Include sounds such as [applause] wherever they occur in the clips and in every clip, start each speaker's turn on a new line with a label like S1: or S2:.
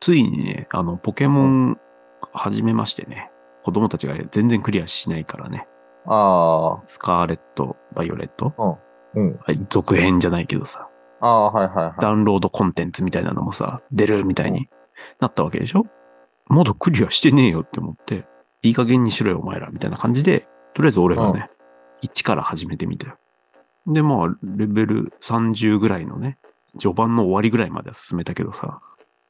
S1: ついにね、あの、ポケモン始めましてね、子供たちが全然クリアしないからね、
S2: あ
S1: スカーレット、バイオレット、
S2: あ、うん。
S1: はい続編じゃないけどさ、
S2: ああ、はいはいは
S1: ダウンロードコンテンツみたいなのもさ、出るみたいになったわけでしょまだクリアしてねえよって思って、いい加減にしろよお前らみたいな感じで、とりあえず俺がね、1から始めてみたよ。で、まあ、レベル30ぐらいのね、序盤の終わりぐらいまでは進めたけどさ、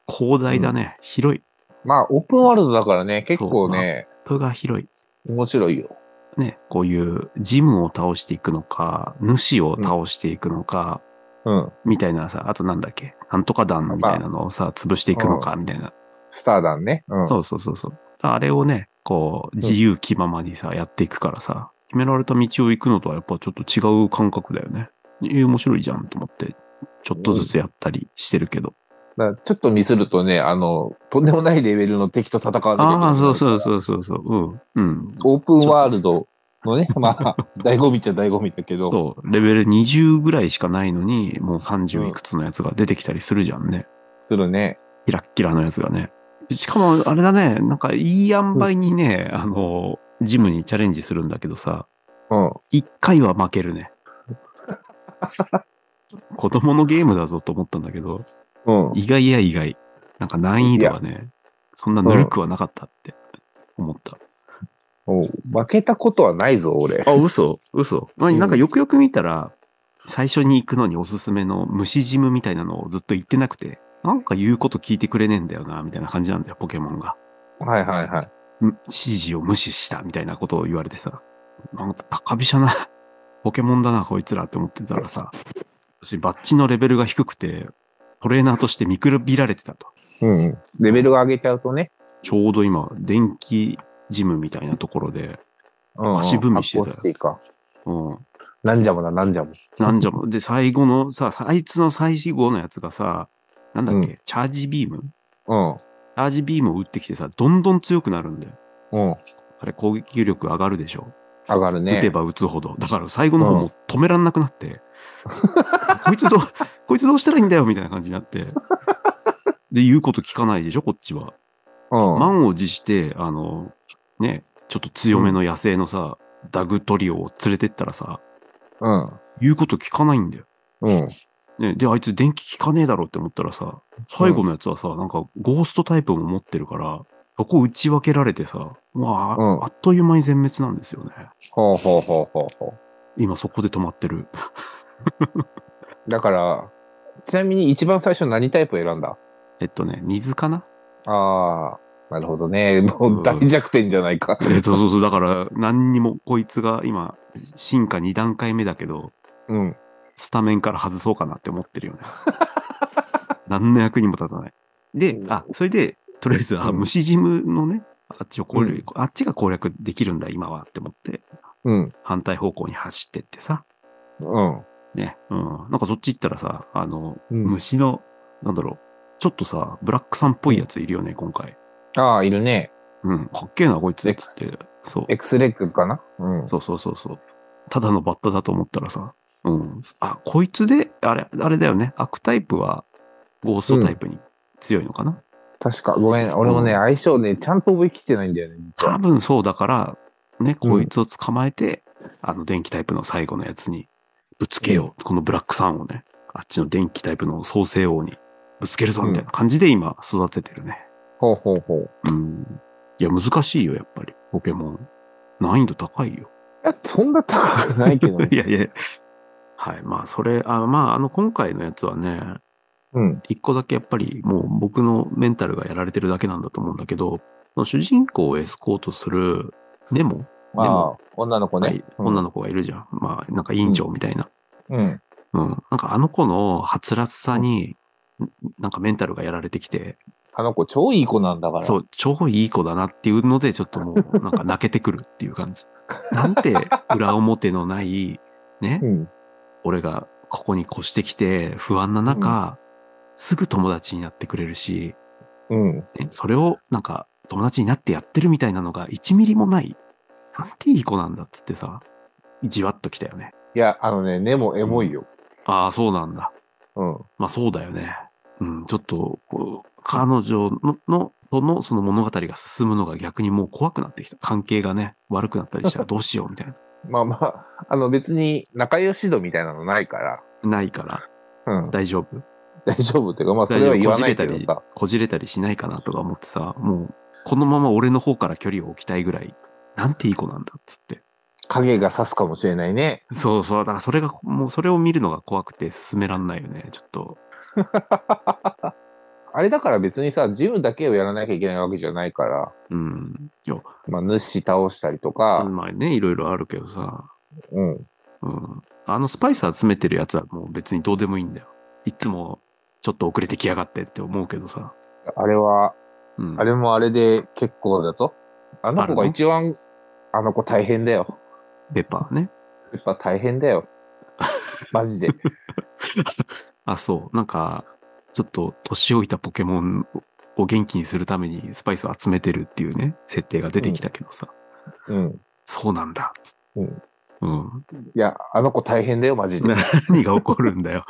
S1: 広大だね、広い。
S2: い。まあ、オープンワールドだからね、結構ね、
S1: マップが広い。
S2: 面白いよ。
S1: ね、こういうジムを倒していくのか、主を倒していくのか、
S2: うん。
S1: みたいなさ、あとなんだっけ、なんとか団みたいなのをさ、潰していくのか、みたいな。
S2: スターだね。うん。
S1: そうそうそうそう。あれをね、こう、自由気ままにさ、やっていくからさ、決められた道を行くのとはやっぱちょっと違う感覚だよね。えー面白いじゃんと思って、ちょっとずつやったりしてるけど。
S2: だからちょっとミスるとね、あの、とんでもないレベルの敵と戦わなきゃいけない。
S1: ああ、そうそうそうそうそう。うん。うん。
S2: オープンワールドのね、 [laughs] まあ、醍醐味っちゃ醍醐味だけど、
S1: そう、レベル20ぐらいしかないのに、もう30いくつのやつが出てきたりするじゃんね。
S2: するね。
S1: キラッキラのやつがね。しかも、あれだね、なんかいい塩梅にね、あの、ジムにチャレンジするんだけどさ、
S2: うん。
S1: 一回は負ける [laughs] ね。子供のゲームだぞと思ったんだけど、
S2: うん。
S1: 意外や意外。なんか難易度がね、そんなぬるくはなかったって思った。
S2: おう負けたことはないぞ、俺。
S1: あ、嘘嘘。まあ
S2: うん
S1: なんかよくよく見たら、最初に行くのにおすすめの虫ジムみたいなのをずっと言ってなくて、なんか言うこと聞いてくれねえんだよな、みたいな感じなんだよ、ポケモンが。
S2: はいはいはい。
S1: む指示を無視したみたいなことを言われてさ、なんか高飛車な、 [laughs] ポケモンだな、こいつらって思ってたらさ、私バッチのレベルが低くて、トレーナーとして見くびられてたと。
S2: うん。レベルを上げちゃうとね。
S1: ちょうど今、電気ジムみたいなところで、
S2: うん。
S1: 足踏みしてたよ
S2: 発光いいか。
S1: うん。
S2: なんじゃもな、なんじゃも。
S1: なんじゃも、で、最後のさ、あいつの最後のやつがさ、なんだっけ、
S2: う
S1: チャージビームチ
S2: うん。
S1: ャージビームを打ってきてさ、どんどん強くなるんだよ。
S2: うん。
S1: あれ、攻撃力上がるでしょ。
S2: 上がるね。
S1: 打てば打つほど。だから最後の方もう止めらんなくなって、 [laughs] こいつどう、こいつどうしたらいいんだよみたいな感じになって。で、言うこと聞かないでしょ、こっちは。
S2: うん。
S1: 満を持して、あの、ね、ちょっと強めの野生のさ、ダグトリオを連れてったらさ、
S2: うん。
S1: 言うこと聞かないんだよ。
S2: うん。
S1: ね、で、あいつ電気効かねえだろって思ったらさ、最後のやつはさ、なんかゴーストタイプも持ってるから、そこ打ち分けられてさ、まあ、
S2: うん
S1: あっという間に全滅なんですよね。
S2: ほうほうほうほうほ
S1: 今そこで止まってる。
S2: う。だから、ちなみに一番最初何タイプを選んだ
S1: えっとね、水かな
S2: ああ、なるほどね。もう大弱点じゃないか。
S1: えそうそうそう、だから、何にも、こいつが今、進化2段階目だけど、
S2: うん。
S1: スタメンから外そうかなって思ってるよ
S2: [laughs]
S1: ね。何の役にも立たない。で、あ、それで、とりあえず、あ、
S2: うん
S1: 虫ジムのね、あっちを攻略、
S2: うん
S1: あっちが攻略できるんだ、今はって思って、
S2: うん。
S1: 反対方向に走ってってさ、
S2: うん。
S1: ね、うん、なんかそっち行ったらさ、あの、
S2: うん、
S1: 虫の、なんだろう、ちょっとさ、ブラックさんっぽいやついるよね、今回。
S2: ああ、いるね。
S1: うん、かっけえな、こいつ、つって。そう。
S2: X レッグかなうん。
S1: そうそうそうそう。ただのバッタだと思ったらさ、うん。あ、こいつで、あれ、あれだよね。悪タイプはゴーストタイプに強いのかな、
S2: 確か。ごめん。俺もね、
S1: うん
S2: 相性ね、ちゃんと覚えきってないんだよね。実
S1: 多
S2: は
S1: 分そうだから、ね、
S2: うん
S1: こいつを捕まえて、あの、電気タイプの最後のやつにぶつけよう。このブラックサンをね、あっちの電気タイプの創世王にぶつけるぞ、みたいな感じで今育ててるね。
S2: ほうほうほう。
S1: うん。いや、難しいよ、やっぱり。ポケモン。難易度高いよ。。
S2: いや、そんな高くないけどね
S1: [laughs] いやいや。はい。まあ、それ、あまあ、あの、今回のやつはね、
S2: うん。
S1: 一個だけやっぱりもう僕のメンタルがやられてるだけなんだと思うんだけど、その主人公をエスコートするネモ、
S2: まあ、女の子ね。
S1: はい
S2: うん
S1: 女の子がいるじゃん。まあ、なんか委員長みたいな。
S2: うん。
S1: うん。なんかあの子のはつらつさに、なんかメンタルがやられてきて、
S2: あの子、超いい子なんだから。
S1: そう、超いい子だなっていうので、ちょっともうなんか泣けてくるっていう感じ。なんて裏表のない、ね、
S2: うん。
S1: 俺がここに越してきて不安な中、すぐ友達になってくれるし、
S2: うん。
S1: ね、それをなんか友達になってやってるみたいなのが1ミリもない。なんていい子なんだっつってさ、じわっときたよね。
S2: いや、あのね、根もエモいよ。
S1: ああ、そうなんだ。
S2: うん。
S1: まあそうだよね。うん、ちょっとこう彼女の、の、とのその物語が進むのが逆にもう怖くなってきた。関係がね、悪くなったりしたらどうしようみたいな。
S2: まあまあ、あの別に仲良し度みたいなのないから、
S1: ないから
S2: うん、
S1: 大丈夫。
S2: 大丈夫っていうか、まあそれは言わないけ
S1: こ
S2: ど
S1: じれたり
S2: さ、、
S1: こじれたりしないかなとか思ってさ、もう、このまま俺の方から距離を置きたいぐらい、なんていい子なんだっつって。
S2: 影が差すかもしれないね。
S1: そうそう、だからそれが、もうそれを見るのが怖くて進めらんないよね、ちょっと。
S2: あれだから別にさ、ジムだけをやらなきゃいけないわけじゃないから、
S1: うん。いや、
S2: まあ主倒したりとか、
S1: まあね、いろいろあるけどさ、
S2: うん、
S1: うん。あのスパイス集めてるやつはもう別にどうでもいいんだよ。いつも、ちょっと遅れてきやがってって思うけどさ。
S2: あれは、
S1: うん。
S2: あれもあれで結構だと。あの子が一番、あの子大変だよ。
S1: ペッパーね。
S2: やっぱ大変だよ。マ [laughs] ジで。
S1: あ、そう。なんか、ちょっと年老いたポケモンを元気にするためにスパイスを集めてるっていうね、設定が出てきたけどさ。
S2: うん。
S1: そうなんだ。
S2: うん。
S1: うん。
S2: いや、あの子大変だよ、マジで。
S1: 何が起こるん
S2: [laughs]
S1: だよ。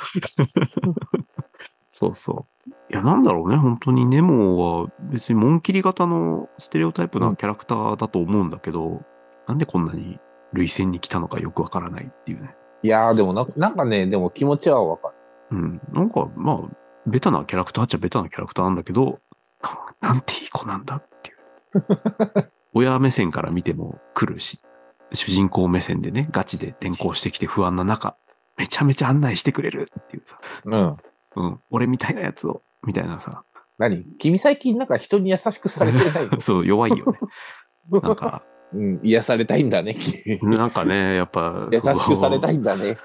S1: そうそう。いや、なんだろうね。本当にネモは別にモンキリ型のステレオタイプなキャラクターだと思うんだけど、なんでこんなに類戦に来たのかよくわからないっていうね。
S2: いやー、でもな、なんかね、でも気持ちはわかる。
S1: うん。なんか、まあ、ベタなキャラクターっちゃベタなキャラクターなんだけど、 [laughs] あなんていい子なんだっていう。
S2: [laughs]
S1: 親目線から見ても来るし、主人公目線でね、ガチで転校してきて不安な中、めちゃめちゃ案内してくれるっていうさ、
S2: うん。
S1: うん、俺みたいなやつを、みたいなさ、 [laughs]
S2: 何君最近なんか人に優しくされてない
S1: そう、弱いよね。[laughs]
S2: の
S1: なん
S2: [laughs]
S1: か、
S2: うん、癒されたいん
S1: [laughs]
S2: だね、君。
S1: なんかね、やっぱ、
S2: 優しくされた
S1: い。
S2: いんだね。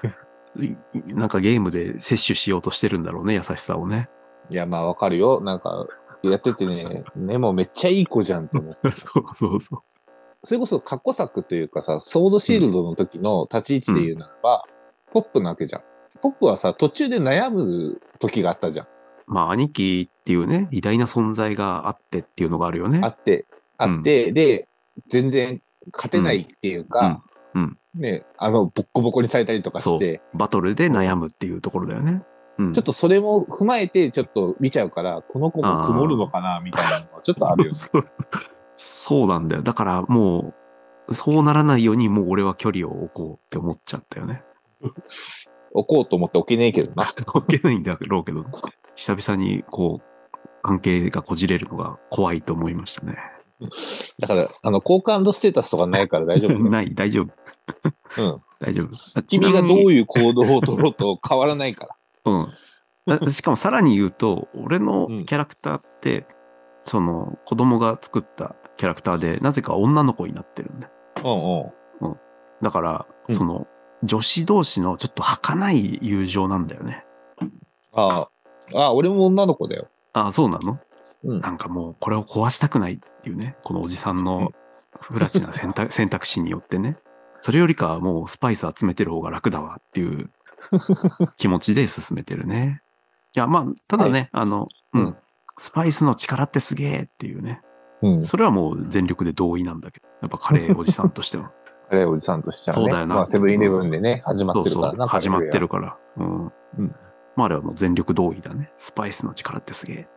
S1: [laughs] なんかゲームで摂取しようとしてるんだろうね、優しさをね。
S2: [laughs]
S1: [laughs]
S2: いや、まあわかるよ。なんか、やっててね、ね、もうめっちゃいい子じゃんと思う。
S1: そうそうそう。
S2: それこそ過去作というかさ、ソードシールドの時の立ち位置で言うならば、ポップなわけじゃん。ポップはさ、途中で悩む時があったじゃん。
S1: まあ、兄貴っていうね、偉大な存在があってっていうのがあるよね
S2: あ。って、あって、で、全然勝てないっていうか、
S1: うんうん
S2: ね、あの、ボッコボコにされたりとかして、
S1: バトルで悩むっていうところだよね。うん、
S2: ちょっとそれも踏まえて、ちょっと見ちゃうから、この子も曇るのかな、みたいなのはちょっとあるよ
S1: [laughs]
S2: ね。
S1: そうなんだよ。だからもう、そうならないようにもう俺は距離を置こうって思っちゃったよね。 [laughs]
S2: 置こうと思って置けねえけどな。
S1: 置けないんだろうけど、久々にこう、関係がこじれるのが怖いと思いま
S2: [laughs]
S1: したね。
S2: だから、あの、交換ステータスとかないから大丈夫だよ。
S1: ない、大丈夫。
S2: うん。
S1: 大丈夫。あ
S2: 君がどう
S1: ち
S2: いう行動を取ろうと変わらないから。
S1: なみ [laughs] にうんあ。しかもさらに言うと、俺の
S2: うん
S1: キャラクターって、その子供が作ったキャラクターで、なぜか女の子になってるんだよ
S2: うんうん。
S1: だから、
S2: うん
S1: その、女子同士のちょっと儚い友情なんだよね。
S2: ああ、ああ俺も女の子だよ。
S1: ああ、そうなの
S2: うん
S1: なんかもう、これを壊したくないっていうね、このおじさん
S2: うん
S1: の不らちな選
S2: [laughs]
S1: 択選択肢によってね。それよりかはもうスパイス集めてる方が楽だわって
S2: [laughs]
S1: いう気持ちで進めてるね。いや、まあ、ただね、あの、うん、
S2: うん
S1: スパイスの力ってすげえっていうね。
S2: うん。
S1: それはもう全力で同意なんだけど、やっぱカレーおじさんとして
S2: [laughs]
S1: は。
S2: カレーおじさんとしてはね。
S1: そうだよな
S2: まあ、セブンイレブンでね、始ま
S1: そ
S2: っ
S1: う
S2: てる
S1: そ
S2: から
S1: う
S2: な。
S1: 始まっ
S2: カレー
S1: てるから。うん。
S2: うん
S1: まああれはもう全力同意だね。スパイスの力ってすげえ。